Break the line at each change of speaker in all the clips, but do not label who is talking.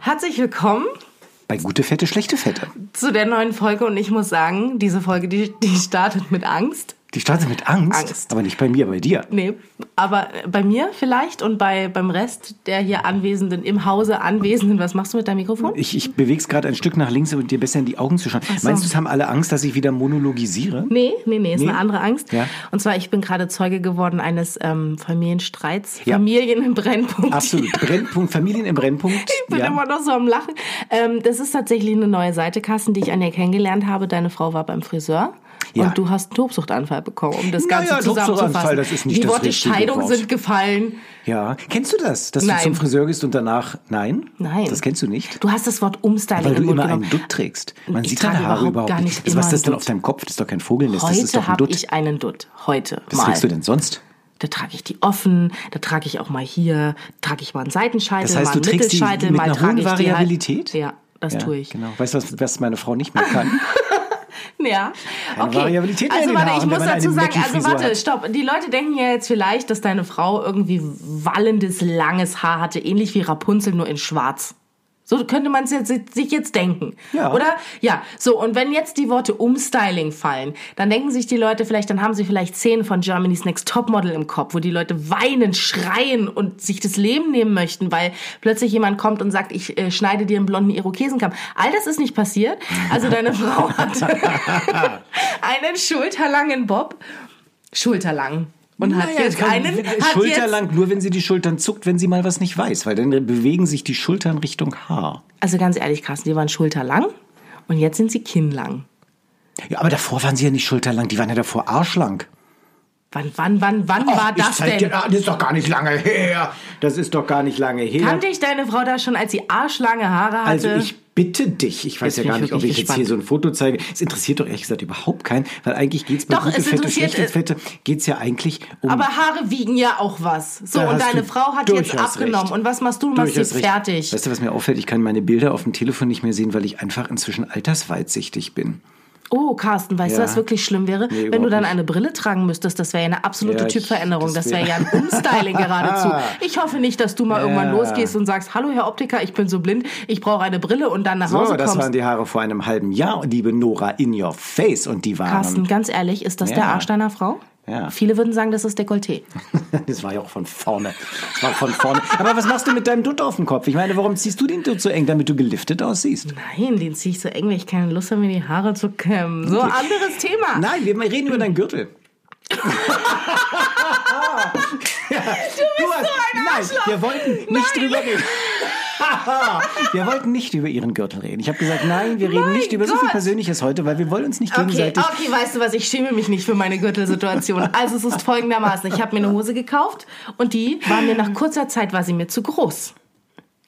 herzlich willkommen
Bei gute Fette, schlechte Fette.
zu der neuen Folge und ich muss sagen, diese Folge, die, die startet mit Angst.
Die starten mit Angst,
Angst.
aber nicht bei mir, bei dir.
Nee, aber bei mir vielleicht und bei, beim Rest der hier Anwesenden, im Hause Anwesenden. Was machst du mit deinem Mikrofon?
Ich, ich bewege es gerade ein Stück nach links, um dir besser in die Augen zu schauen. Meinst du, es haben alle Angst, dass ich wieder monologisiere?
Nee, nee, nee, ist
Nee.
eine andere Angst.
Ja.
Und zwar, ich bin gerade Zeuge geworden eines ähm, Familienstreits.
Ja.
Familien im Brennpunkt.
Absolut. Brennpunkt, Familien im Brennpunkt.
Ich bin immer noch so am Lachen. Ähm, das ist tatsächlich eine neue Seite, Carsten, die ich an dir kennengelernt habe. Deine Frau war beim Friseur.
Ja.
Und du hast einen Tobsuchtanfall bekommen, um das
Naja,
Ganze zusammenzufassen.
Tobsuchtanfall, das ist nicht
die
das
Worte
richtige
Scheidung
Wort.
sind gefallen.
ja. Kennst du das, dass
Nein.
du zum Friseur gehst und danach nein?
Nein.
Das kennst du nicht?
Du hast das Wort Umstyling
Weil
im
du
Mund
immer einen
genommen.
Dutt trägst. Man
Ich
sieht
trage
deine Haare
überhaupt
überhaupt
gar
nicht.
nicht
Also
immer
was ist das
einen
denn
Dutt.
auf deinem Kopf? Das ist doch kein Vogelnest, das ist
Heute
doch ein
habe
Dutt.
ich einen Dutt. Heute
was
mal.
trägst du denn sonst?
Da trage ich die offen, da trage ich auch mal hier, trage ich mal einen Seitenscheitel,
Das heißt,
mal
du
einen
trägst die
Mittelscheitel,
mit
mal
einer
trage
hohen
ich die
Variabilität?
Halt. Ja, das
Ja,
tue ich.
Genau. Weißt du, was, was meine Frau nicht mehr kann?
Ja.
Keine
okay.
Variabilität mehr in
also warte, ich
den Haaren, wenn
muss
man
dazu
eine
sagen, also
Mickey-Frisur
warte,
hat.
stopp. Die Leute denken ja jetzt vielleicht, dass deine Frau irgendwie wallendes, langes Haar hatte, ähnlich wie Rapunzel, nur in schwarz. So könnte man es jetzt, sich jetzt denken.
Ja.
Oder? Ja. So, und wenn jetzt die Worte Umstyling fallen, dann denken sich die Leute vielleicht, dann haben sie vielleicht Szenen von Germany's Next Topmodel im Kopf, wo die Leute weinen, schreien und sich das Leben nehmen möchten, weil plötzlich jemand kommt und sagt, ich äh, schneide dir einen blonden Irokesenkamm. All das ist nicht passiert. Also deine Frau hat einen schulterlangen Bob. Schulterlang. Und hat
Naja,
jetzt
kann-
einen. Hat jetzt,
Schulterlang, nur wenn sie die Schultern zuckt, wenn sie mal was nicht weiß, weil dann bewegen sich die Schultern Richtung Haar.
also ganz ehrlich, Carsten, die waren schulterlang und jetzt sind sie kinnlang.
Ja, aber davor waren sie ja nicht schulterlang, die waren ja davor arschlang.
Wann, wann, wann, wann war
ich
das
zeig
denn?
dir- ah, das ist doch gar nicht lange her. Das ist doch gar nicht lange her.
Kannte ich deine Frau da schon, als sie arschlange Haare hatte?
also ich bitte dich, ich weiß
Jetzt
ja gar
bin ich
nicht, ob ich
wirklich
jetzt hier
gespannt.
so ein Foto zeige. Es interessiert doch ehrlich gesagt überhaupt keinen, weil eigentlich geht es bei
Doch,
gute
es
Fette,
interessiert-
schlechte Fette, geht es ja eigentlich um...
aber Haare wiegen ja auch was. So,
Da
und
hast
deine
du
Frau hat jetzt
durchaus
abgenommen.
recht.
Und was machst du? Du machst sie
Durchaus recht.
fertig.
Weißt du, was mir auffällt? Ich kann meine Bilder auf dem Telefon nicht mehr sehen, weil ich einfach inzwischen altersweitsichtig bin.
Oh, Carsten, weißt du,
Ja.
was wirklich schlimm wäre? Wenn du
überhaupt
dann
nicht.
eine Brille tragen müsstest, das wäre ja eine absolute
Ja, ich-
Typveränderung.
das
Das wäre
wär- Ah.
ja ein Umstyling geradezu. Ich hoffe nicht, dass du mal irgendwann
Ja.
losgehst und sagst, hallo Herr Optiker, ich bin so blind, ich brauche eine Brille und dann nach Hause
so, das
kommst.
waren die Haare vor einem halben Jahr, liebe Nora, in your face. Und die waren.
Carsten, ganz ehrlich, ist das
Ja.
der Arsch deiner Frau?
Ja.
Viele würden sagen, das ist Dekolleté.
Das war ja auch von vorne. Das war von vorne. Aber was machst du mit deinem Dutt auf dem Kopf? Ich meine, warum ziehst du den Dutt so eng, damit du geliftet aussiehst?
Nein, den ziehe ich so eng, weil ich keine Lust habe, mir die Haare zu kämmen. So, anderes Thema.
Nein, wir reden über deinen Gürtel. Du bist hast,
ein
Nein,
Arschloch.
wir wollten nicht drüber reden. wir wollten nicht über ihren Gürtel reden. Ich habe gesagt, nein, wir reden
Mein
nicht über so viel
Gott.
Persönliches heute, weil wir wollen uns nicht
Okay,
gegenseitig
okay, weißt du was, ich schäme mich nicht für meine Gürtelsituation. Also es ist folgendermaßen, ich habe mir eine Hose gekauft und die war mir nach kurzer Zeit, war sie mir zu groß.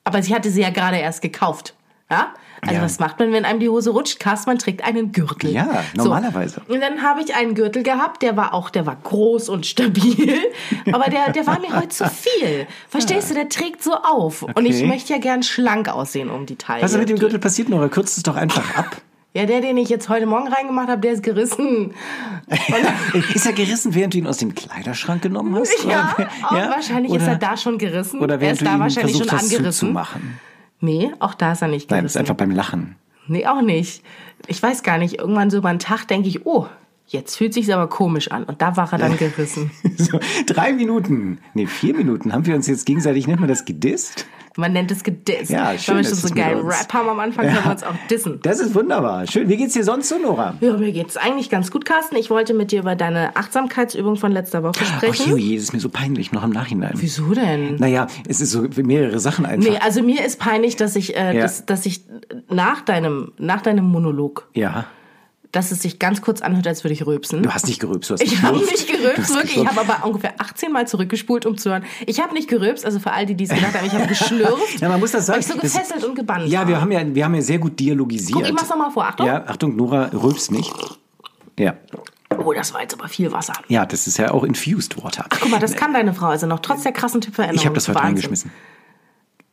Aber ich hatte sie ja gerade erst gekauft. Ja? Also
Ja.
was macht man, wenn einem die Hose rutscht? Carsten, man trägt einen Gürtel.
Ja, normalerweise.
So. Und dann habe ich einen Gürtel gehabt, der war auch, der war groß und stabil, aber der, der war mir heute zu viel. Verstehst du, der trägt so auf. Und ich
Okay.
möchte ja gern schlank aussehen um die Taille.
Was ist mit dem Gürtel passiert, Nora? Kürzt es doch einfach ab.
Ja, der, den ich jetzt heute Morgen reingemacht habe, der ist gerissen.
ist er gerissen, während du ihn aus dem Kleiderschrank genommen hast?
Ja, auch
Ja?
wahrscheinlich ist
Oder-
er da schon gerissen.
Oder
er
während
ist
du
da
ihn
wahrscheinlich
versucht
schon
hast,
angerissen.
zuzumachen.
Nee, auch da ist er nicht
Nein, das ist
gerissen.
einfach beim Lachen.
nee, auch nicht. Ich weiß gar nicht, irgendwann so über den Tag denke ich, oh, jetzt fühlt sich's aber komisch an. Und da war er dann gerissen.
So, drei Minuten, nee, vier Minuten haben wir uns jetzt gegenseitig, nennt man das gedisst?
Man nennt es gedisst.
Ja,
Weil
schön
wir
ist
schon so
es
einen
mit
geilen
uns.
Rap haben am Anfang, können wir uns auch dissen.
Das ist wunderbar. Schön. Wie geht's dir sonst so, Nora?
Ja, mir geht's eigentlich ganz gut, Carsten. Ich wollte mit dir über deine Achtsamkeitsübung von letzter Woche
Ach,
sprechen.
Jui, es ist mir so peinlich, noch im Nachhinein.
Wieso denn?
Naja, es ist so mehrere Sachen einfach.
Nee, also mir ist peinlich, dass ich, äh,
Ja.
dass, dass ich nach deinem, nach deinem Monolog
ja.
dass es sich ganz kurz anhört, als würde ich rülpsen.
Du hast nicht gerübst, du hast
Ich habe
geschnurrt.
nicht
Du hast
gerülpst, wirklich. Ich
geschnurrt.
habe aber ungefähr 18 Mal zurückgespult, um zu hören. Ich habe nicht gerülpst, also für all die, die es gedacht haben, ich habe geschlürft.
Ja, man muss das sagen.
Weil ich so
Das-
gefesselt und gebannt
Ja, wir
war.
haben ja, wir haben ja sehr gut dialogisiert.
Guck, ich mach's nochmal vor. Achtung.
Ja, Achtung, Nora, rülpst nicht. Ja.
Oh, das war jetzt aber viel Wasser.
Ja, das ist ja auch infused water.
Guck mal, das kann deine Frau also noch, trotz der krassen Tippveränderung.
ich habe das heute
Wahnsinn.
reingeschmissen.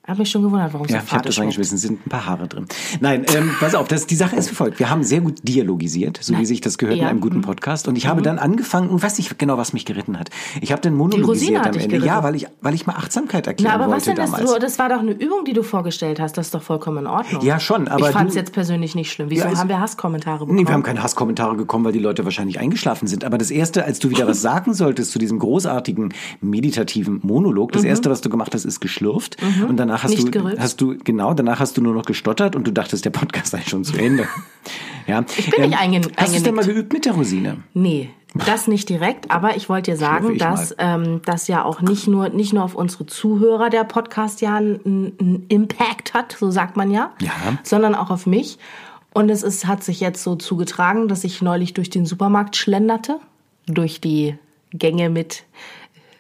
Hab mich schon gewundert, warum so
Ja, ich habe
fade
das
schmeckt.
reingeschmissen. Es sind ein paar Haare drin. Nein, ähm, pass auf, das, die Sache ist wie folgt. Wir haben sehr gut dialogisiert, so wie sich das gehört in
Ja. Mhm.
einem guten Podcast. Und ich habe dann angefangen, und weiß nicht genau, was mich geritten hat. Ich habe dann monologisiert
hat
am
dich
Ende.
geritten.
Ja, weil ich, weil ich mal Achtsamkeit erklären
Na, aber was
wollte
denn das?
damals.
Du, das war doch eine Übung, die du vorgestellt hast. Das ist doch vollkommen in Ordnung.
Ja, schon, aber
Ich fand's
du-
jetzt persönlich nicht schlimm. Wieso
Ja, ist-
haben wir Hasskommentare bekommen?
Nee, wir haben keine Hasskommentare bekommen, weil die Leute wahrscheinlich eingeschlafen sind. Aber das Erste, als du wieder was sagen solltest zu diesem großartigen meditativen Monolog, das Erste, was du gemacht hast, ist geschlürft. Und danach
Mhm.
hast
Nicht
du,
gerülpst.
hast du, genau, danach hast du nur noch gestottert und du dachtest, der Podcast sei schon zu Ende. ja. Ich
bin nicht einge-
Hast du es denn
eingenickt.
mal geübt mit der Rosine?
Nee, das nicht direkt, aber ich wollte dir sagen,
ich mal.
dass ähm, das ja auch nicht nur, nicht nur auf unsere Zuhörer der Podcast ja einen, einen Impact hat, so sagt man ja,
Ja.
sondern auch auf mich. Und es ist, hat sich jetzt so zugetragen, dass ich neulich durch den Supermarkt schlenderte, durch die Gänge mit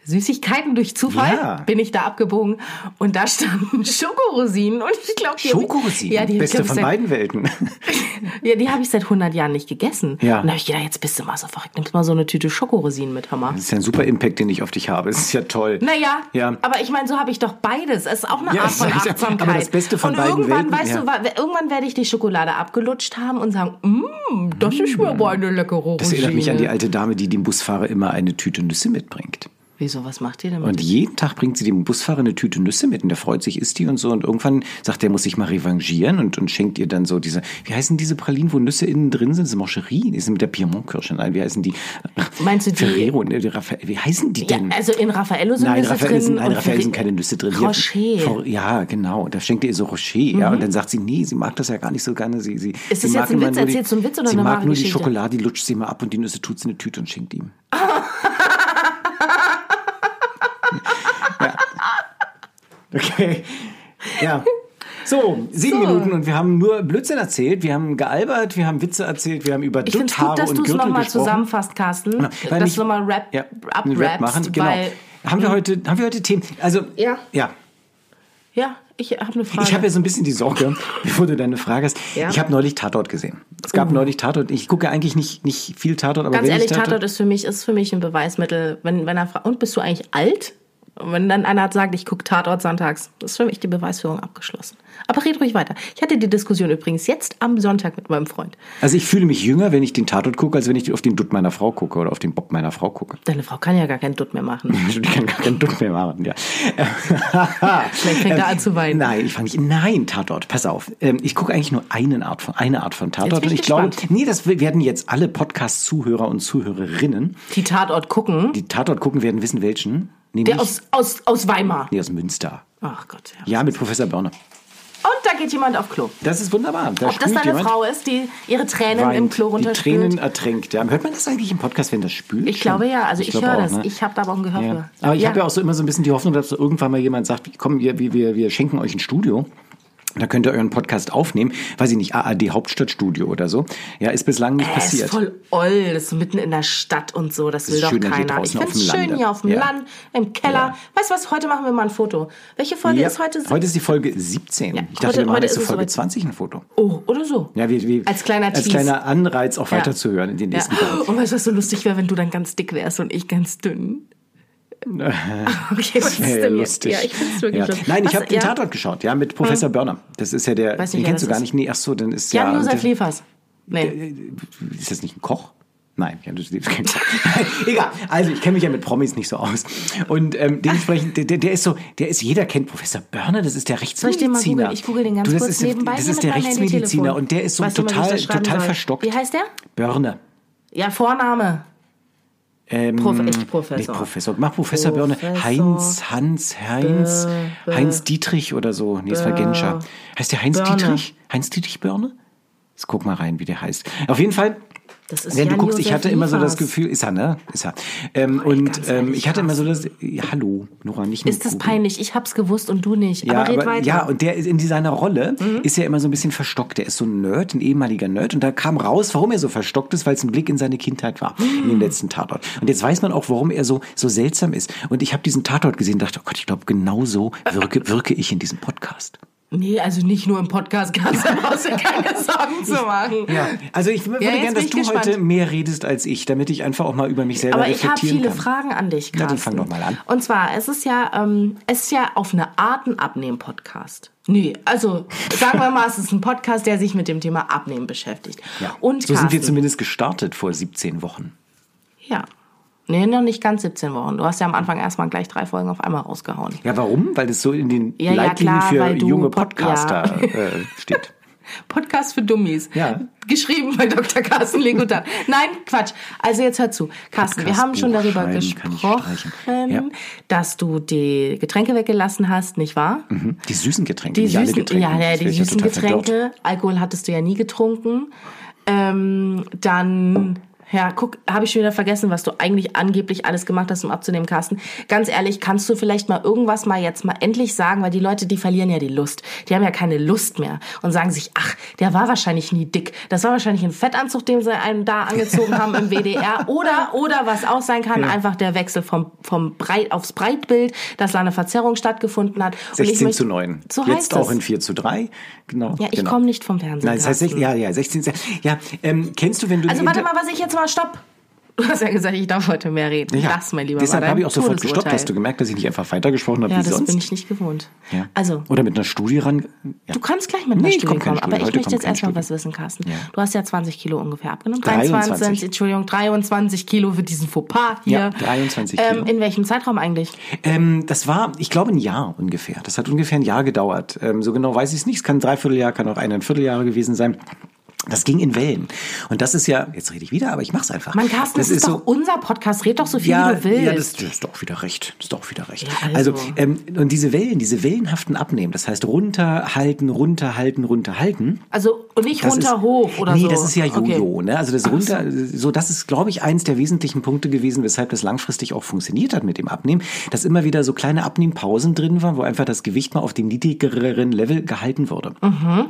Süßigkeiten durch Zufall
Ja.
bin ich da abgebogen und da standen Schokorosinen und ich glaube die hab ich-
Schokorosinen,
ja, die
beste
glaub ich
von
seit-
beiden Welten.
ja, die habe ich seit 100 Jahren nicht gegessen.
Ja.
Und da habe ich gedacht, jetzt bist du mal so verrückt, nimmst mal so eine Tüte Schokorosinen mit, Hammer.
Das ist ja ein super Impact, den ich auf dich habe. Es ist ja toll.
Naja,
Ja.
aber ich meine, so habe ich doch beides. Es ist auch eine
Ja,
Art
es
von
ist-
Achtsamkeit.
aber das Beste von
und
beiden
irgendwann,
Welten,
weißt
ja.
du, wa- irgendwann werde ich die Schokolade abgelutscht haben und sagen, mmm, das ist mir aber eine leckere Rosine.
Mm. Das erinnert mich an die alte Dame, die dem Busfahrer immer eine Tüte Nüsse mitbringt.
Wieso, was macht ihr damit?
Und jeden Tag bringt sie dem Busfahrer eine Tüte Nüsse mit und der freut sich, isst die und so. Und irgendwann sagt er, muss sich mal revanchieren und, und schenkt ihr dann so diese, wie heißen diese Pralinen, wo Nüsse innen drin sind? Diese Moncherien, die sind mit der Piemont-Kirsche. Nein, wie heißen die?
Meinst du die-
Ferrero, ne, die Raffa wie heißen die
ja,
denn?
also in Raffaello sind
Nein,
Nüsse
Raffael
drin.
sind, nein,
und
Raffael sind
Ferri-
keine Nüsse drin. Die-
Rocher. Mhm.
Vor- Ja, genau. Da schenkt ihr ihr so Rocher, ja. Und dann sagt sie, nee, sie mag das ja gar nicht so gerne. Sie, sie,
Ist
sie
das
mag
jetzt ein
immer
Witz?
nur die-
Erzählst du einen Witz oder
Sie
eine
mag
wahre
nur die
Geschichte?
Schokolade, die lutscht sie mal ab und die Nüsse tut sie in eine Tüte und schenkt ihm. ja. Okay. Ja. So, sieben
So.
Minuten und wir haben nur Blödsinn erzählt, wir haben gealbert, wir haben Witze erzählt, wir haben über
Ich finde es gut,
Dutthaare
dass
und
du es
Gürtel
nochmal
gesprochen.
zusammenfasst, Carsten.
Weil
dass
nicht-
du nochmal rap,
ja, einen
abrappst,
Rap machen, genau.
weil... Hm.
haben wir heute, haben wir heute Themen? Also
Ja.
ja.
Ja, ich habe eine Frage.
Ich habe ja so ein bisschen die Sorge, bevor du deine Frage hast.
Ja. Uh.
Ich habe neulich Tatort gesehen. Es gab neulich Tatort. Ich gucke eigentlich nicht, nicht viel Tatort, aber
Ganz
wenn
ehrlich,
ich
Tatort, ist für mich ist für mich ein Beweismittel. Wenn wenn er fragt, und bist du eigentlich alt? Und wenn dann einer hat sagt, ich gucke Tatort sonntags, ist für mich die Beweisführung abgeschlossen. Aber red ruhig weiter. Ich hatte die Diskussion übrigens jetzt am Sonntag mit meinem Freund.
Also ich fühle mich jünger, wenn ich den Tatort gucke, als wenn ich auf den Dutt meiner Frau gucke oder auf den Bob meiner Frau gucke.
Deine Frau kann ja gar keinen Dutt mehr machen.
Ich kann gar keinen Dutt mehr machen, ja.
Vielleicht fängt er an zu weinen.
Nein, ich fange nicht. Nein, Tatort, pass auf. Ähm, Ich gucke eigentlich nur einen Art von, eine Art von Tatort.
Jetzt bin ich
und ich glaube,
gespannt.
nee, das werden jetzt alle Podcast-Zuhörer und Zuhörerinnen,
Die Tatort gucken.
die Tatort gucken werden, wissen welchen. Nee,
Der
nicht-
aus, aus, aus Weimar.
nee, aus Münster.
Ach Gott, ja.
Ja, mit Professor Börner.
Und da geht jemand auf Klo.
Das ist wunderbar. Da
Ob das
spült
deine
jemand,
Frau ist, die ihre Tränen
weint,
im Klo
die Tränen
runterspült?
ertränkt. Ja. Hört man das eigentlich im Podcast, wenn das spült?
Ich glaube ja, also ich,
glaube
höre
auch,
das.
ne?
Ich habe da aber auch ein Gehör
Ja.
für.
Aber ich habe ja auch so immer so ein bisschen die Hoffnung, dass irgendwann mal jemand sagt, komm, wir, wir, wir, wir schenken euch ein Studio. Da könnt ihr euren Podcast aufnehmen. Weiß ich nicht, ARD Hauptstadtstudio oder so. Ja, ist bislang nicht
Es
passiert.
Äh, ist voll oll, das ist mitten in der Stadt und so, das will
ist
doch
schöner
keiner.
hier
Ich
draußen auf
finde es
dem
schön
Lande.
hier auf dem
Ja.
Land, im Keller.
Ja.
Weißt du was, heute machen wir mal ein Foto. Welche Folge
Ja,
ist heute?
heute ist die Folge 17.
Ja,
ich dachte,
heute-
wir machen
heute
jetzt
ist
zur
es
Folge
soweit.
20 ein Foto.
oh, oder so.
Ja, wie, wie,
als kleiner
als
Tease.
kleiner Anreiz, auch
Ja.
weiterzuhören in den
ja.
nächsten Folgen.
Und weißt du, was so lustig wäre, wenn du dann ganz dick wärst und ich ganz dünn? okay, was ist
Ja,
denn
lustig.
jetzt? Ja, ich finde es wirklich
Ja.
lustig.
Nein, ich
Was-
habe den
ja. Hm.
Tatort geschaut, ja, mit Professor Börner. Das ist ja der,
Weiß
den
nicht, wer
kennst du
das
gar
ist.
nicht. Nee, ach so, dann ist ja,
Jan-Josef
der, Äh,
Liefers. Nee.
ist das nicht ein Koch? Nein, Jan Josef Liefers ist kein Koch. Egal. Also, ich kenne mich ja mit Promis nicht so aus. Und ähm, dementsprechend, der, der, der ist so, der ist, jeder kennt Professor Börner, das ist der
ich den mal
Rechtsmediziner.
googeln? Ich google den ganz
du, das
kurz
ist, der-
nebenbei
Das
hier
ist
mit
der
meinem
Rechtsmediziner
Handytelefon.
und der ist so
Weißt du mal, wie ich
total,
das schreiben
total
soll?
verstockt.
Wie heißt der?
Börner.
Ja, Vorname.
Ähm,
Prof ich
Nicht
Professor.
Professor. Mach Professor, Börne.
Professor
Heinz, Hans, Heinz,
Bö-
Heinz Dietrich oder so. Nee, es war Genscher. Heißt der Heinz
Börne.
Dietrich? Heinz Dietrich Börne? Jetzt guck mal rein, wie der heißt. Auf jeden Fall.
Das ist
wenn du
Jan
guckst, ich
Josef
hatte immer so das
Liefers. Oh,
Gefühl, ist er, ne? Ist er. Ähm, und
ganz
ähm,
ehrlich,
ich hatte immer so das, ja, hallo, Nora, nicht nur
Ist das
Google.
peinlich? Ich hab's gewusst und du nicht.
Ja,
aber red weiter. Mhm.
ja, und der ist in seiner Rolle ist ja immer so ein bisschen verstockt. Der ist so ein Nerd, ein ehemaliger Nerd. Und da kam raus, warum er so verstockt ist, weil es ein Blick in seine Kindheit war, in
Mhm.
dem letzten Tatort. Und jetzt weiß man auch, warum er so, so seltsam ist. Und ich habe diesen Tatort gesehen und dachte, oh Gott, ich glaube, genau so wirke, wirke ich in diesem Podcast.
nee, also nicht nur im Podcast kannst du brauchst dir keine Sorgen zu machen.
Ja, also ich würde
Ja, jetzt
gerne,
bin
dass
ich
du
gespannt.
heute mehr redest als ich, damit ich einfach auch mal über mich selber
Aber ich habe
reflektieren
viele
kann.
Fragen an dich,
Na,
Carsten.
dann fang doch mal an.
Und zwar, es ist ja, ähm, es ist ja auf eine Art ein Abnehmen-Podcast. Nee, also sagen wir mal, es ist ein Podcast, der sich mit dem Thema Abnehmen beschäftigt.
Ja.
Und
so sind
Carsten,
wir zumindest gestartet vor 17 Wochen.
Ja. Nee, noch nicht ganz 17 Wochen. Du hast ja am Anfang erstmal gleich drei Folgen auf einmal rausgehauen.
Ja, warum? Weil es so in den
Ja, ja,
Leitlinien
klar, weil
für
du
junge
Pod-
Podcaster äh, steht.
Podcast für Dummies.
Ja.
Geschrieben bei Dr. Carsten Legutan. Nein, Quatsch. Also jetzt hör zu. Carsten, wir haben schon
Podcast-Buch
darüber
schreiben kann ich
gesprochen,
streichen. Ja.
dass du die Getränke weggelassen hast, nicht wahr?
Mhm. Die süßen Getränke,
Die
nicht alle
süßen,
Getränke.
ja, ja,
Das
die
wär ich
süßen
total verdaut.
Getränke. Alkohol hattest du ja nie getrunken. Ähm, dann, ja, guck, habe ich schon wieder vergessen, was du eigentlich angeblich alles gemacht hast, um abzunehmen, Carsten. Ganz ehrlich, kannst du vielleicht mal irgendwas mal jetzt mal endlich sagen, weil die Leute, die verlieren ja die Lust. Die haben ja keine Lust mehr und sagen sich, ach, der war wahrscheinlich nie dick. Das war wahrscheinlich ein Fettanzug, den sie einem da angezogen haben im WDR. Oder, oder was auch sein kann, einfach der Wechsel vom, vom Breit aufs Breitbild, dass da eine Verzerrung stattgefunden hat. Und ich
16
möchte-
zu 9.
So heißt
Jetzt auch
es.
in 4 zu 3. Genau.
Ja, ich
genau.
komme nicht vom Fernsehen.
Nein, das heißt,
Carsten.
sech- ja, ja, 16. zu- Ja, ähm, kennst du, wenn du.
Also
die
warte
Inter-
mal, was ich jetzt mal stopp. Du hast ja gesagt, ich darf heute mehr reden.
Ja,
Das, mein lieber war
Deshalb
dein
habe ich auch sofort
Todesurteil.
gestoppt. Hast du gemerkt, dass ich nicht einfach weitergesprochen habe
Ja,
wie
das
sonst?
bin ich nicht gewohnt.
Ja.
Also,
Oder mit einer Studie ran. Ja.
du kannst gleich mit einer
Nee, ich
Studie
komm
kommen,
keine
aber
Studie.
ich
Heute
möchte
kommt
jetzt
keine
erstmal
Studie.
was wissen, Carsten.
Ja.
Du hast ja 20 Kilo ungefähr abgenommen.
23.
23, Entschuldigung, 23 Kilo für diesen Fauxpas hier.
Ja, 23 Kilo.
Ähm, in welchem Zeitraum eigentlich?
Ähm, das war, ich glaube, ein Jahr ungefähr. Das hat ungefähr ein Jahr gedauert. Ähm, so genau weiß ich es nicht. Es kann ein Dreivierteljahr, kann auch ein Vierteljahr gewesen sein. Das ging in Wellen. Und das ist ja, jetzt rede ich wieder, aber ich mach's einfach.
Mann, Carsten, das, ist, doch unser Podcast. Red doch so viel,
ja,
wie du willst.
Ja, das, das ist doch wieder recht. Das ist doch wieder recht.
Ja, also.
also, ähm, und diese Wellen, diese wellenhaften Abnehmen, das heißt runterhalten, runterhalten, runterhalten.
also, und nicht
Das
runter
ist,
hoch oder
nee,
so.
das ist ja
Okay.
Jojo. Ne? Also das runter, so das ist, glaube ich, eins der wesentlichen Punkte gewesen, weshalb das langfristig auch funktioniert hat mit dem Abnehmen, dass immer wieder so kleine Abnehmpausen drin waren, wo einfach das Gewicht mal auf dem niedrigeren Level gehalten wurde.
Mhm.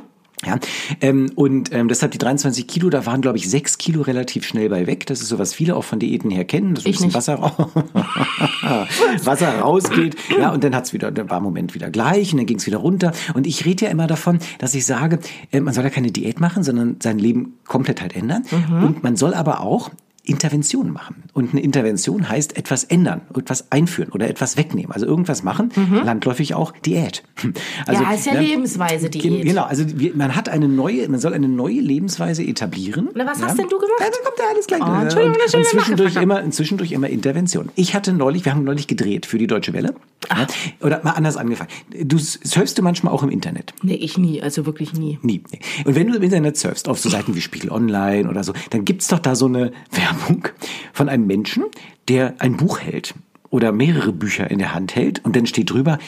Ja, ähm, und ähm, deshalb die 23 Kilo, da waren, glaube ich, 6 Kilo relativ schnell bei weg. Das ist so, was viele auch von Diäten her kennen, dass so ein
Ich
bisschen
nicht.
Wasser, ra- Wasser rausgeht. Ja, und dann hat's wieder, dann war im Moment wieder gleich und dann ging's wieder runter. Und ich rede ja immer davon, dass ich sage, äh, man soll ja keine Diät machen, sondern sein Leben komplett halt ändern.
Mhm.
Und man soll aber auch Interventionen machen. Und eine Intervention heißt etwas ändern, etwas einführen oder etwas wegnehmen. Also irgendwas machen, landläufig auch Diät.
Mhm.
Also, ne?
ja, ist ja Lebensweise, die
Gen- Genau, also wir, man hat eine neue, man soll eine neue Lebensweise etablieren.
Na, was
ja.
hast denn du gemacht?
Ja, dann kommt ja alles gleich.
Oh,
und,
Entschuldigung, dass ich
Ähm, und
wieder
zwischendurch
nachgefragt
immer, und zwischendurch immer Intervention. Ich hatte neulich, wir haben neulich gedreht für die Deutsche Welle. Ja, oder mal anders angefangen. Du s- surfst du manchmal auch im Internet.
Nee, ich nie, also wirklich nie.
Nie. nee. Und wenn du im Internet surfst, auf so Seiten wie Spiegel Online oder so, dann gibt's doch da so eine Werbung von einem Menschen, der ein Buch hält oder mehrere Bücher in der Hand hält und dann steht drüber,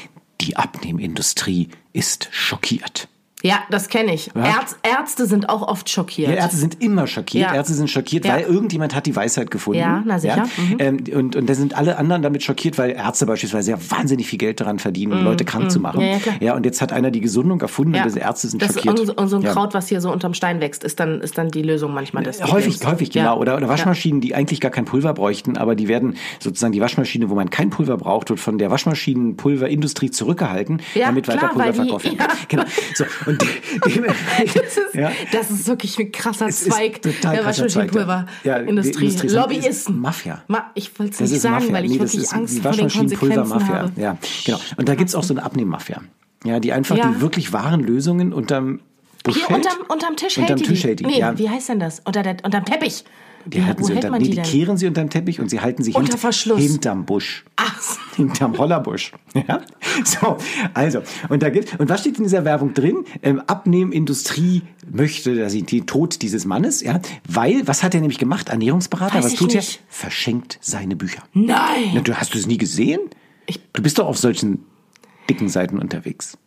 die Abnehmindustrie ist schockiert.
Ja, das kenne ich. Ärz, Ärzte sind auch oft schockiert.
Ja, Ärzte sind immer schockiert.
Ja.
Ärzte sind schockiert,
Ja.
weil irgendjemand hat die Weisheit gefunden.
Ja, na sicher. Mhm.
Ähm, und, und dann sind alle anderen damit schockiert, weil Ärzte beispielsweise ja wahnsinnig viel Geld daran verdienen, um Leute krank zu machen.
Mhm. Ja, ja, klar.
und jetzt hat einer die Gesundung erfunden
ja.
und diese Ärzte sind
das
schockiert.
Ist, und so ein
Ja. Äh,
Kraut, was hier so unterm Stein wächst, ist dann, ist dann die Lösung manchmal des
Häufig,
Problems.
häufig, genau. Oder, oder Waschmaschinen, die eigentlich gar kein Pulver bräuchten, aber die werden sozusagen die Waschmaschine, wo man kein Pulver braucht, wird von der Waschmaschinenpulverindustrie zurückgehalten,
Ja,
damit weiter
klar,
Pulver
weil die-
verkauft werden.
ja.
kann. Genau. So, und de dem,
Das ist,
Ja.
das ist wirklich ein krasser
ist
Zweig
total
der
krasser Zweig, ja. Ja, die
Waschmaschinenpulverindustrie.
Industrie ist- ist
Lobbyisten.
Mafia.
Ma ich wollte es
Das
nicht
ist
sagen,
Mafia.
weil ich
nee, das
wirklich
ist
Angst
die
vor den Konsequenzen
Waschmaschinenpulvermafia.
habe.
Ja, genau. Und da gibt's auch so eine Abnehmmafia. Ja, die einfach
Ja.
die wirklich wahren Lösungen unterm Busch
Hier
hält.
unterm, unterm Tisch
Unterm
hält die
Tisch
die.
hält die,
nee,
ja.
wie heißt denn das? Unter der, unterm Teppich.
Die halten
Wo
sie
hält
unterm,
man
nee,
die
die
denn?
kehren sie unterm Teppich und sie halten sich
Unter
hint-
Verschluss. Ah.
hinterm Busch.
Ach, so.
Hinterm Hollerbusch. Ja? So, also, und da gibt und was steht in dieser Werbung drin? Ähm, Abnehmindustrie möchte, dass sie den Tod dieses Mannes, ja, weil, was hat er nämlich gemacht? Ernährungsberater,
Weiß
was
ich
tut
nicht.
er? Verschenkt seine Bücher. Na,
nein.
du hast du es nie gesehen?
Ich-
du bist doch auf solchen dicken Seiten unterwegs,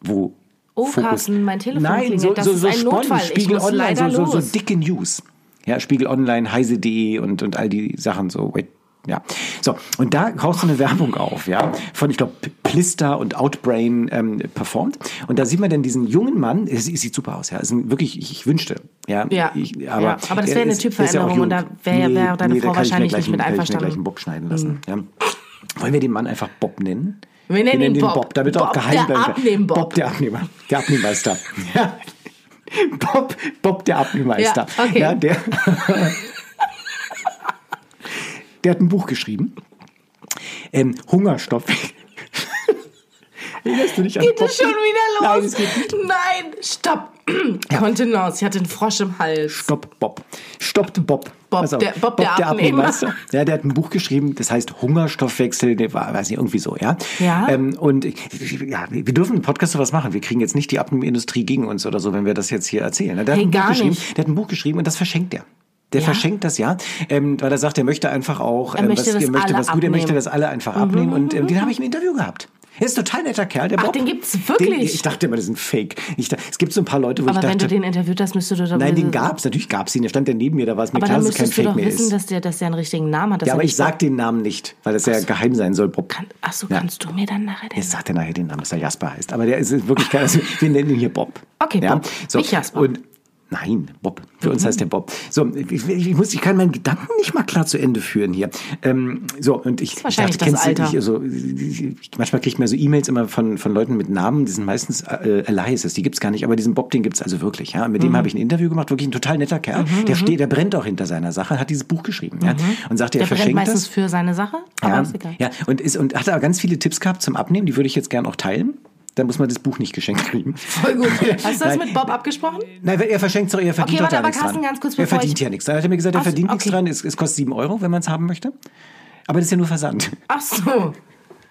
wo
Oh,
Fokus.
Carsten, mein Telefon
Nein,
klingelt.
so,
Das
so,
ist
so
ein
Sponnen,
Notfall. Ich
Spiegel
muss
Online,
leider
so, so,
los.
so dicke News. Ja, Spiegel Online, heise.de und, und all die Sachen so. Wait. Ja, so und da taucht so eine Werbung auf, ja, von ich glaube Plister und Outbrain ähm, performt und da sieht man dann diesen jungen Mann, es, es sieht super aus, ja, es ist ein, wirklich, ich, ich wünschte, ja,
Ja.
ich,
Ja, aber das wäre eine
er ist- er ist
Typveränderung
auch jung.
und da wär- wär deine Frau
da kann ich mir
wahrscheinlich
gleich
nicht mit
einen- kann Ich
einverstanden.
mir gleich einen Bock schneiden lassen. Ja. Wollen wir den Mann einfach Bob nennen?
Mhm. Wir nennen ihn
den
Bob.
damit er auch
Bob,
geheim
der
bleibt.
Abnehm-Bob.
Bob, der Abnehmer. Der Abnehmmeister. ja. Bob, Bob, der Abnehmmeister.
Ja, okay.
der, der hat ein Buch geschrieben. Ähm, Hungerstoff. Erinnerst du dich an
Geht
Bob?
es schon wieder los?
Nein, es geht nicht.
Nein, stopp. Kontenance, ich hatte einen Frosch im Hals.
Stopp Bob. Stoppt Bob.
Bob,
Pass auf.
der- Bob, der Abnehmer.
Abnehmmeister. Ja, der hat ein Buch geschrieben, das heißt Hungerstoffwechsel, der war, weiß nicht, irgendwie so, ja.
Ja.
Ähm, und ich- ja, wir dürfen im Podcast sowas machen. Wir kriegen jetzt nicht die Abnehmindustrie gegen uns oder so, wenn wir das jetzt hier erzählen. Der,
Hey,
hat, ein
gar
Buch geschrieben,
nicht.
der hat ein Buch geschrieben und das verschenkt er. Der
Ja?
verschenkt das ja, ähm, weil er sagt, er möchte einfach auch,
Er
ähm,
möchte,
was,
dass
er möchte
alle
was gut, er möchte
abnehmen. Mhm,
das alle einfach abnehmen und ähm, den habe ich im Interview gehabt. Er ist ein total netter Kerl, der
Ach,
Bob.
den gibt's wirklich?
Den, ich dachte immer, das ist ein Fake. Ich, da- es gibt so ein paar Leute, wo
Aber
ich dachte,
wenn du den interviewt hast, müsstest du doch...
Nein, den gab's, natürlich gab's ihn. Der stand ja neben mir, da war es mir
Äh. Aber
klar,
dann
dass es kein
müsstest du
Fake
doch
mehr
wissen,
ist.
dass der, dass der einen richtigen Namen hat. dass
Ja,
er
aber
nicht
ich sag den Namen nicht, weil das ja geheim sein soll, Bob.
Kann, ach so,
Ja.
kannst du mir dann nachher den
Jetzt sagt er nachher den Namen, dass er Jasper heißt. Aber der ist in Wirklichkeit, also wir nennen ihn hier Bob.
Okay, Bob. Nicht Jasper. Mhm.
Und Nein, Bob. Für uns heißt der Bob. So, ich, ich, muss, ich kann meinen Gedanken nicht mal klar zu Ende führen hier. Ähm, so, und ich,
wahrscheinlich
ich dachte,
das
kennst
Alter.
Du, ich, also, ich, manchmal kriegt man so E-Mails immer von, von Leuten mit Namen, die sind meistens äh, Aliases, die gibt's gar nicht, aber diesen Bob, den gibt's also wirklich. Ja? Mit
Mhm.
dem habe ich ein Interview gemacht, wirklich ein total netter Kerl. der steht, der brennt auch hinter seiner Sache, hat dieses Buch geschrieben ja? und sagt,
Mhm. Der
er
brennt
verschenkt das.
meistens für seine Sache, aber
Ja,
ist egal.
ja und, ist, und hat aber ganz viele Tipps gehabt zum Abnehmen, die würde ich jetzt gern auch teilen. Dann muss man das Buch nicht geschenkt kriegen.
Voll gut. Hast du das
Nein.
mit Bob abgesprochen?
Nein, weil er verschenkt es, er verdient
Okay,
doch
warte,
da
aber
nichts
Carsten,
dran.
ganz kurz,
er
bevor
verdient
ich-
ja nichts. Dann hat er mir gesagt, er
Ach so,
verdient nichts
okay.
dran. Es, es kostet 7 Euro, wenn man es haben möchte. Aber das ist ja nur Versand.
Ach so.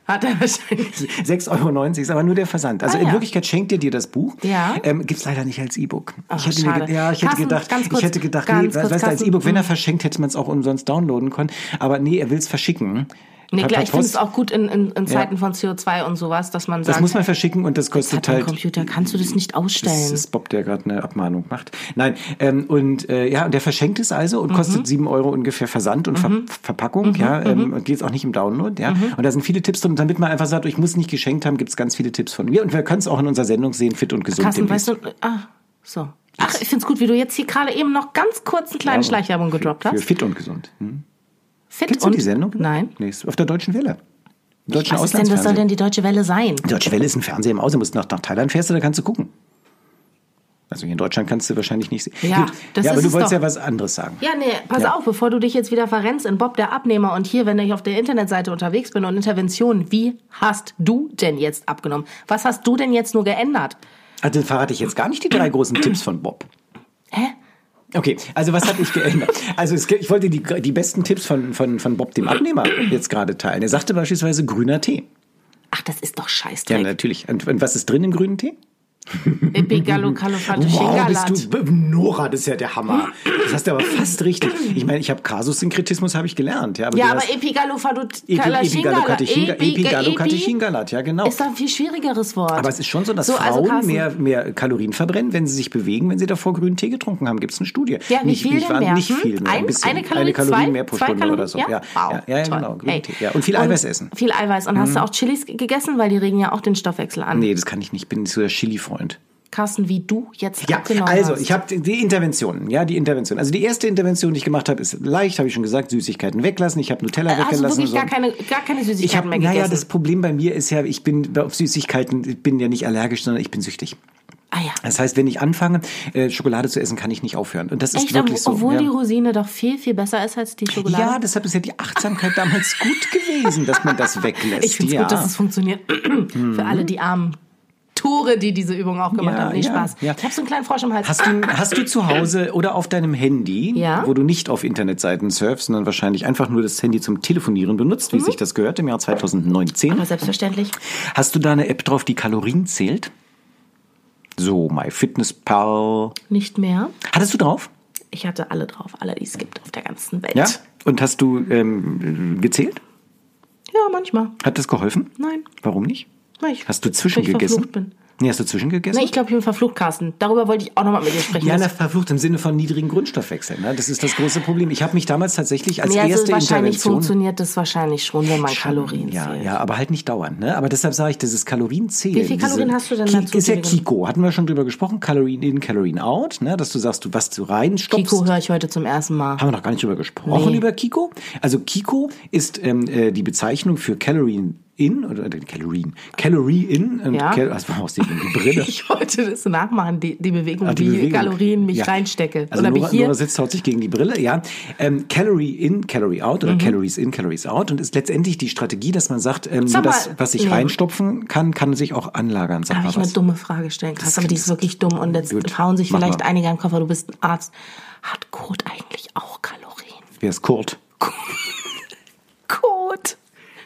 Hat er wahrscheinlich.
6,90 Euro ist aber nur der Versand. Also
Ah,
in
ja.
Wirklichkeit schenkt er dir das Buch.
Ja.
Ähm, Gibt es leider nicht als E-Book.
Ach,
Ich hätte, mir ge-
schade.
ja, ich hätte
Carsten,
gedacht,
ganz kurz,
ich hätte gedacht,
ganz
nee,
kurz,
weißt du, als
Carsten, Mhm.
E-Book, wenn er verschenkt, hätte man es auch umsonst downloaden können. Aber nee, er will es verschicken.
Nee,
Per-
klar,
per
ich finde es
Post.
auch gut in, in, in Zeiten von CO2 und sowas, dass man
Das
sagt,
muss man verschicken und das kostet
hat mein
halt.
Computer, kannst du das nicht
Das
ausstellen?
ist Bob, der gerade eine Abmahnung macht. Nein, ähm, und äh, ja, und der verschenkt es also und
Mhm.
kostet sieben Euro ungefähr Versand und Ver Verpackung, ja, ähm, und geht auch nicht im Download, ja.
Mhm.
Und da sind viele Tipps drin, damit man einfach sagt, ich muss nicht geschenkt haben, gibt es ganz viele Tipps von mir. Und wir können es auch in unserer Sendung sehen, fit und gesund.
Carsten,
demnächst.
weißt du, ah, so. Ach, ich finde es gut, wie du jetzt hier gerade eben noch ganz kurz eine kleine Schleichwerbung gedroppt
Für
hast.
fit und gesund. Hm?
Fit
Kennst du die Sendung?
Nein.
Nee, ist auf der Deutschen Welle. Im Deutschen
Was ist denn, was soll
Auslandsfernsehen.
denn die deutsche Welle sein?
Die Deutsche Welle ist ein Fernseher im Aus, du musst nach, nach Thailand fährst, da kannst du gucken. Also hier in Deutschland kannst du wahrscheinlich nicht sehen.
Ja,
Gut.
das
ja aber
ist
du
es
wolltest
doch.
ja was anderes sagen.
Ja, nee, pass
Ja.
auf, bevor du dich jetzt wieder verrennst in Bob der Abnehmer und hier, wenn ich auf der Internetseite unterwegs bin und Intervention, wie hast du denn jetzt abgenommen? Was hast du denn jetzt nur geändert?
Ah, dann verrate ich jetzt gar nicht die drei großen Tipps von Bob.
Hä?
Okay, also was habe ich geändert? Also es, ich wollte die, die besten Tipps von, von, von Bob, dem Abnehmer, jetzt gerade teilen. Er sagte beispielsweise grüner Tee.
Ach, das ist doch
Ja, ne.
Scheißdreck.
natürlich. Und, und was ist drin im grünen Tee? Wow,
Epigallocalofrate
bist du Nora, das ist ja der Hammer. Das hast du aber fast richtig. Ich meine, ich habe Kasussynkretismus habe ich gelernt, ja, aber
Ja,
du
aber
hast
Epigallocalofrate
Epigallocatechingalat, ja genau.
ist ein viel schwierigeres Wort.
Aber es ist schon so, dass
also
Frauen
Carsten,
mehr, mehr Kalorien verbrennen, wenn sie sich bewegen, wenn sie davor grünen Tee getrunken haben. Gibt es eine Studie?
Ja, wie
nicht,
viel
nicht,
denn
wahr-
mehr?
Nicht
Hm?
viel mehr.
Ein-
ein bisschen.
eine Kalorie, zwei-
mehr pro
zwei
Stunde
Kalorien?
oder so.
Ja?
Ja,
Wow,
ja, ja, ja
toll.
genau. Grünen
Ey.
Tee. Ja. Und viel Eiweiß essen. Mhm.
Viel Eiweiß. Und hast du auch Chilis gegessen, weil die regen ja auch den Stoffwechsel an.
Nee, das kann ich nicht. Ich bin nicht so der Chili-Freund.
Carsten, wie du jetzt
Ja,
abgenommen
also
hast.
ich habe die Interventionen, ja, die Intervention. Also die erste Intervention, die ich gemacht habe, ist leicht, habe ich schon gesagt, Süßigkeiten weglassen. Ich habe Nutella
Hast du
weggelassen.
wirklich
und so.
gar keine, gar keine Süßigkeiten
ich habe,
mehr gegessen?
naja, das Problem bei mir ist ja, ich bin auf Süßigkeiten, ich bin ja nicht allergisch, sondern ich bin süchtig.
ah ja.
Das heißt, wenn ich anfange, äh, Schokolade zu essen, kann ich nicht aufhören. Und das ist
Echt,
wirklich so.
obwohl
ja.
die Rosine doch viel, viel besser ist als die Schokolade.
ja, deshalb ist ja die Achtsamkeit damals gut gewesen, dass man das weglässt.
ich finde es
ja. Mhm.
gut, dass es funktioniert. Für alle die armen Tore, die diese Übung auch gemacht
Ja,
haben. Nee,
ja,
Spaß.
ja.
Ich habe so einen kleinen Frosch im Hals.
Hast du, hast du zu Hause oder auf deinem Handy,
Ja.
wo du nicht auf Internetseiten surfst, sondern wahrscheinlich einfach nur das Handy zum Telefonieren benutzt,
Mhm.
wie sich das gehört im Jahr 2019,
Aber selbstverständlich.
hast du da eine App drauf, die Kalorien zählt? So, MyFitnessPal.
Nicht mehr.
Hattest du drauf?
Ich hatte alle drauf, alle, die es gibt auf der ganzen Welt.
Ja. Und hast du ähm, gezählt?
Ja, manchmal.
Hat das geholfen?
Nein.
Warum nicht?
Weil ich,
Hast du zwischengegessen?
weil ich verflucht bin.
Nee, hast du zwischengegessen?
Na, ich glaube, ich bin verflucht, Carsten. Darüber wollte ich auch nochmal mit dir sprechen.
Ja,
Das-
na, verflucht im Sinne von niedrigen Grundstoffwechsel. Ne? Das ist das große Problem. Ich habe mich damals tatsächlich als
Nee, also
erste
wahrscheinlich
Intervention...
funktioniert das wahrscheinlich schon, wenn man Kalorien
ja,
zählt.
ja, aber halt nicht dauernd. Ne? Aber deshalb sage ich, dieses Kalorienzählen.
Wie viel Kalorien hast du denn
Ki-
dazu,
Ist ja
Entschuldigung?
Kiko. Hatten wir schon drüber gesprochen. Kalorien in, Kalorien out. Ne? Dass du sagst, du was du reinstopfst.
Kiko höre ich heute zum ersten Mal.
Haben wir noch gar nicht drüber gesprochen,
Nee.
über Kiko? Also Kiko ist ähm, äh, die Bezeichnung für Calorien in, oder äh, Calorien, Calorie in, und
Ja.
Cal also, aus die Brille.
Ich wollte das nachmachen, die, die Bewegung,
Ach, Ah, die
wie
Bewegung.
Kalorien mich
Ja.
reinstecke.
Also
Oder
Nora,
wie hier.
Nora sitzt, haut sich gegen die Brille, ja. Ähm, Calorie in, Calorie out
Mhm.
oder Calories in, Calories out und ist letztendlich die Strategie, dass man sagt, ähm,
Sag
nur das,
mal,
was ich
nee.
reinstopfen kann, kann sich auch anlagern. Sag
Darf
mal
ich eine
was.
dumme Frage stellen? Krass, aber die ist wirklich dumm und jetzt
Gut,
hauen sich
mach
vielleicht
mal.
einige am Kopf, aber du bist ein Arzt. Hat Kot eigentlich auch Kalorien?
Wer ist Kurt?
Kot.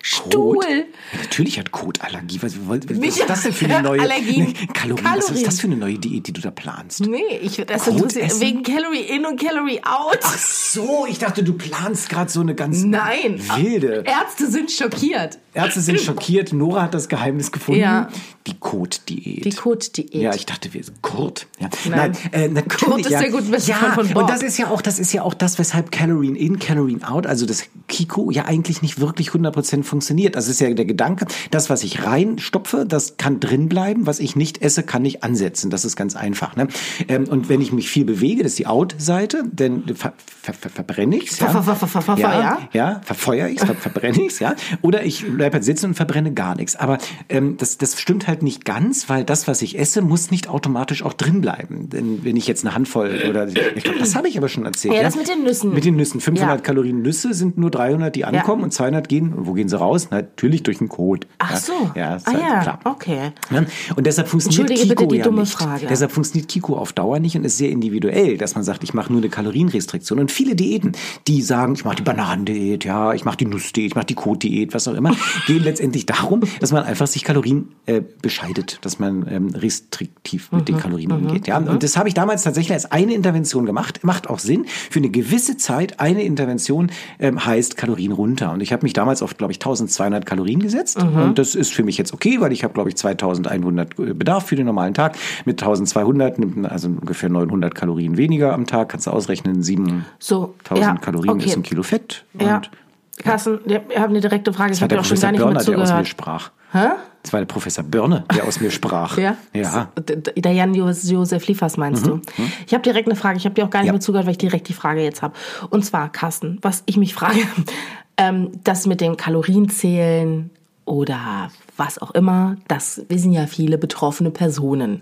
Stuhl.
Kot? Ja, natürlich hat Kot Allergie. Was, was, was
Mich-
ist das denn für eine neue
Allergien.
Nee, Kalorien? Was ist
Kalorien. Hm.
das für eine neue Diät, die du da planst?
Nee, ich das
Kot
interessiert
essen?
wegen Calorie in und Calorie out.
Ach so, ich dachte, du planst gerade so eine ganz
Nein.
wilde.
Ärzte sind schockiert.
Ärzte sind schockiert. Nora hat das Geheimnis gefunden.
Ja.
Die Kot-Diät.
Die Kot-Diät.
Ja, ich dachte, wir sind Kurt. Ja.
Nein.
äh, natürlich,
Kurt ist
ja.
der gute beste
ja,
Freund von Bob.
Und das ist ja auch, das ist ja auch das, weshalb Calorie in, Calorie out, also das Kiko ja eigentlich nicht wirklich 100% funktioniert. Das ist ja der Gedanke, das, was ich reinstopfe, das kann drin bleiben. Was ich nicht esse, kann ich ansetzen. Das ist ganz einfach. Ne? Ähm, und wenn ich mich viel bewege, das ist die Out-Seite, dann ver ver ver verbrenne ich es. Ja?
Ver- ver- ver- ver- ver-
ja,
ja?
ja, verfeuer ich ver verbrenne ich ja. Oder ich bleibe halt sitzen und verbrenne gar nichts. Aber ähm, das, das stimmt halt nicht ganz, weil das, was ich esse, muss nicht automatisch auch drin bleiben. Denn wenn ich jetzt eine Handvoll oder ich glaube, das habe ich aber schon erzählt.
Ja, das mit den Nüssen.
Mit den Nüssen. 500
Ja.
Kalorien Nüsse sind nur 300, die ankommen
Ja.
und 200 gehen. Und wo gehen sie raus? Natürlich durch den Kot.
Ach so.
Ja, ist
ah
halt
ja,
klar.
okay.
Ne? Und deshalb funktioniert
Entschuldige
Kiko
bitte die
ja
dumme
nicht.
Frage.
Deshalb funktioniert Kiko auf Dauer nicht und ist sehr individuell, dass man sagt, ich mache nur eine Kalorienrestriktion. Und viele Diäten, die sagen, ich mache die Bananendiät, ja, ich mache die Nussdiät, ich mache die Kotdiät, was auch immer, gehen letztendlich darum, dass man einfach sich Kalorien äh, bescheidet, dass man ähm, restriktiv mit
Mhm,
den Kalorien umgeht. Ja? Und das habe ich damals tatsächlich als eine Intervention gemacht. Macht auch Sinn. Für eine gewisse Zeit eine Intervention ähm, heißt Kalorien runter. Und ich habe mich damals auf, glaube ich, 1200 Kalorien gesetzt.
Mhm.
Und das ist für mich jetzt okay, weil ich habe, glaube ich, 2100 Bedarf für den normalen Tag. Mit 1200 nimmt man also ungefähr 900 Kalorien weniger am Tag. Kannst du ausrechnen, 7000
So, ja,
Kalorien
okay.
ist ein Kilo Fett.
Ja.
Und
Carsten, ihr habt eine direkte Frage. Ich
das
habe
war der
dir auch schon
Professor
gar nicht mehr
Börner, der aus mir
zugehört.
sprach.
Hä?
Das war der Professor Börne, der aus mir sprach.
Ja?
Ja. Mhm.
S- d- Der Jan Jos- Josef Liefers meinst du? Ich habe direkt eine Frage. Ich habe dir auch gar nicht
Ja.
mehr zugehört, weil ich direkt die Frage jetzt habe. Und zwar, Carsten, was ich mich frage, ähm, das mit dem Kalorienzählen oder was auch immer, das wissen ja viele betroffene Personen.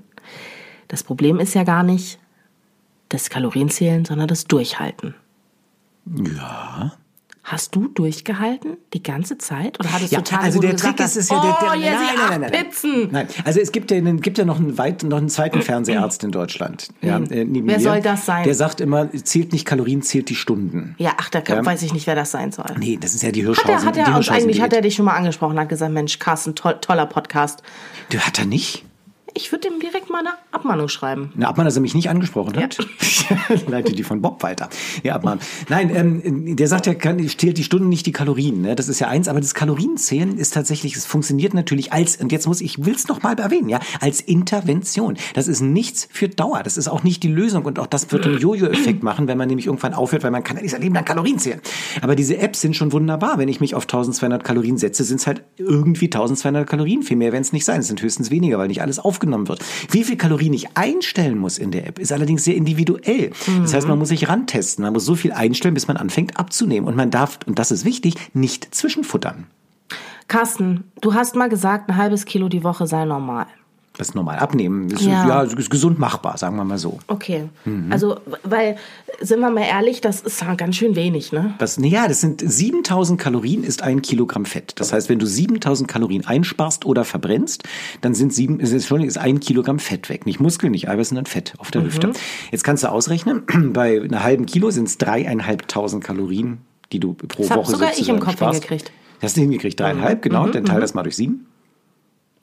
Das Problem ist ja gar nicht das Kalorienzählen, sondern das Durchhalten.
Ja.
Hast du durchgehalten die ganze Zeit? Oder hattest
Ja,
du Tage,
also
wo du
der
gesagt
Trick ist
hast,
es ja, der,
oh,
der,
jetzt ich acht Pizzen.
nein. Also es gibt ja, einen, gibt ja noch, einen weit, noch einen zweiten Fernseharzt in Deutschland. Ja, äh,
Hm.
neben
Wer
mir,
soll das sein?
Der sagt immer, zählt nicht Kalorien, zählt die Stunden.
Ja, ach, da kann, weiß ich nicht, wer das sein soll.
Nee, das ist ja die
Hat er,
Hirschhausen.
hat
die
er uns
Hirschhausen
eigentlich, hat
Diät.
er dich schon mal angesprochen, hat gesagt, Mensch, Carsten, toll, toller Podcast.
Du, hat er nicht?
Ich würde ihm direkt mal eine Abmahnung schreiben.
Na, Abmann, dass er mich nicht angesprochen hat. Leite die von Bob weiter. Ja, Abmann. Nein, ähm, der sagt ja, kann, zählt die Stunden nicht die Kalorien. Ne? Das ist ja eins, aber das Kalorienzählen ist tatsächlich, es funktioniert natürlich als, und jetzt muss ich, will es nochmal erwähnen, ja, als Intervention. Das ist nichts für Dauer. Das ist auch nicht die Lösung und auch das wird einen Jojo-Effekt machen, wenn man nämlich irgendwann aufhört, weil man kann ja nicht sein Leben lang Kalorien zählen. Aber diese Apps sind schon wunderbar. Wenn ich mich auf 1200 Kalorien setze, sind es halt irgendwie 1200 Kalorien. Viel mehr werden es nicht sein. Es sind höchstens weniger, weil nicht alles aufgenommen wird. Wie viel Kalorien ich einstellen muss in der App, ist allerdings sehr individuell. Das heißt, man muss sich rantesten. Man muss so viel einstellen, bis man anfängt abzunehmen. Und man darf, und das ist wichtig, nicht zwischenfuttern.
Carsten, du hast mal gesagt, ein halbes Kilo die Woche sei normal.
Das ist normal abnehmen. Ist, ja.
Ja.
ist gesund machbar, sagen wir mal so.
Okay.
Mhm.
Also, weil, sind wir mal ehrlich, das ist ganz schön wenig, ne?
Was, na ja, das sind 7000 Kalorien ist ein Kilogramm Fett. Das heißt, wenn du 7000 Kalorien einsparst oder verbrennst, dann sind sieben, ist, Entschuldigung, ist ein Kilogramm Fett weg. Nicht Muskeln, nicht Eiweiß, sondern Fett auf
Mhm.
der Hüfte. Jetzt kannst du ausrechnen, bei einer halben Kilo sind es dreieinhalbtausend Kalorien, die du pro
Das hab
Woche
sogar ich
sozusagen
im Kopf
sparst.
hingekriegt. Mhm.
Das hast du hingekriegt, dreieinhalb, genau. Dann teil das mal durch sieben.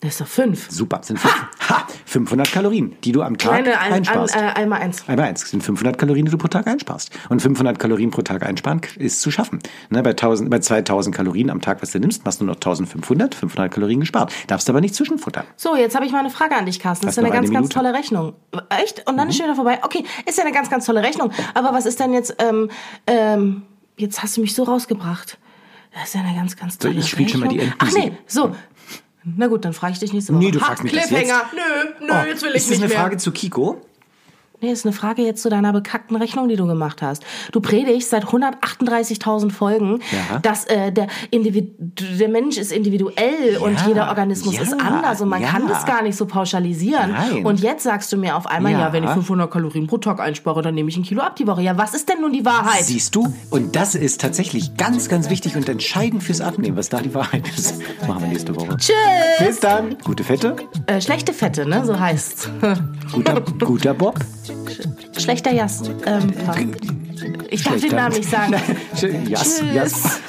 Das ist doch fünf.
Super, sind fünf. Ha! 500 Kalorien, die du am Tag
Kleine ein, an,
einsparst.
äh, einmal eins.
Einmal eins, das sind 500 Kalorien, die du pro Tag einsparst. Und 500 Kalorien pro Tag einsparen ist zu schaffen. Ne, bei, 1000, bei 2000 Kalorien am Tag, was du nimmst, machst du noch 1500, 500 Kalorien gespart. Darfst aber nicht zwischenfuttern.
So, jetzt habe ich mal eine Frage an dich, Carsten. Das ist
Hast
ja eine
noch
ganz,
eine
ganz
Minute. Mhm.
tolle Rechnung. Echt? Und dann ist schon wieder vorbei. Okay, ist ja eine ganz, ganz tolle Rechnung. Aber was ist denn jetzt, ähm, ähm, jetzt hast du mich so rausgebracht. Das ist ja eine ganz, ganz tolle
ich spiel schon mal die
Rechnung. Ach nee,
Endmusik.
so. Na gut, dann frage ich dich nächste Woche.
Nee, du
Ha,
fragst mich das
Cliffhanger. Nö, nö,
Oh,
jetzt will ich
ist das
nicht
eine
mehr.
Frage zu Kiko?
Nee, ist eine Frage jetzt zu deiner bekackten Rechnung, die du gemacht hast. Du predigst seit 138.000 Folgen,
Ja.
dass äh, der, Individ der Mensch ist individuell und
Ja,
jeder Organismus
ja,
ist anders und man
ja.
kann das gar nicht so pauschalisieren.
Nein.
Und jetzt sagst du mir auf einmal, ja.
Ja.
wenn ich 500 Kalorien pro Tag einspare, dann nehme ich ein Kilo ab die Woche. Ja, was ist denn nun die Wahrheit?
Siehst du? Und das ist tatsächlich ganz, ganz wichtig und entscheidend fürs Abnehmen, was da die Wahrheit ist. Machen wir nächste Woche.
Tschüss!
Bis dann. Gute Fette,
Äh, schlechte Fette, ne? So heißt's.
guter, guter Bob.
Schlechter Jas. Ähm, ich darf den
Schlechter-
Namen nicht sagen.
Schön, Jas,
Tschüss.
Jas.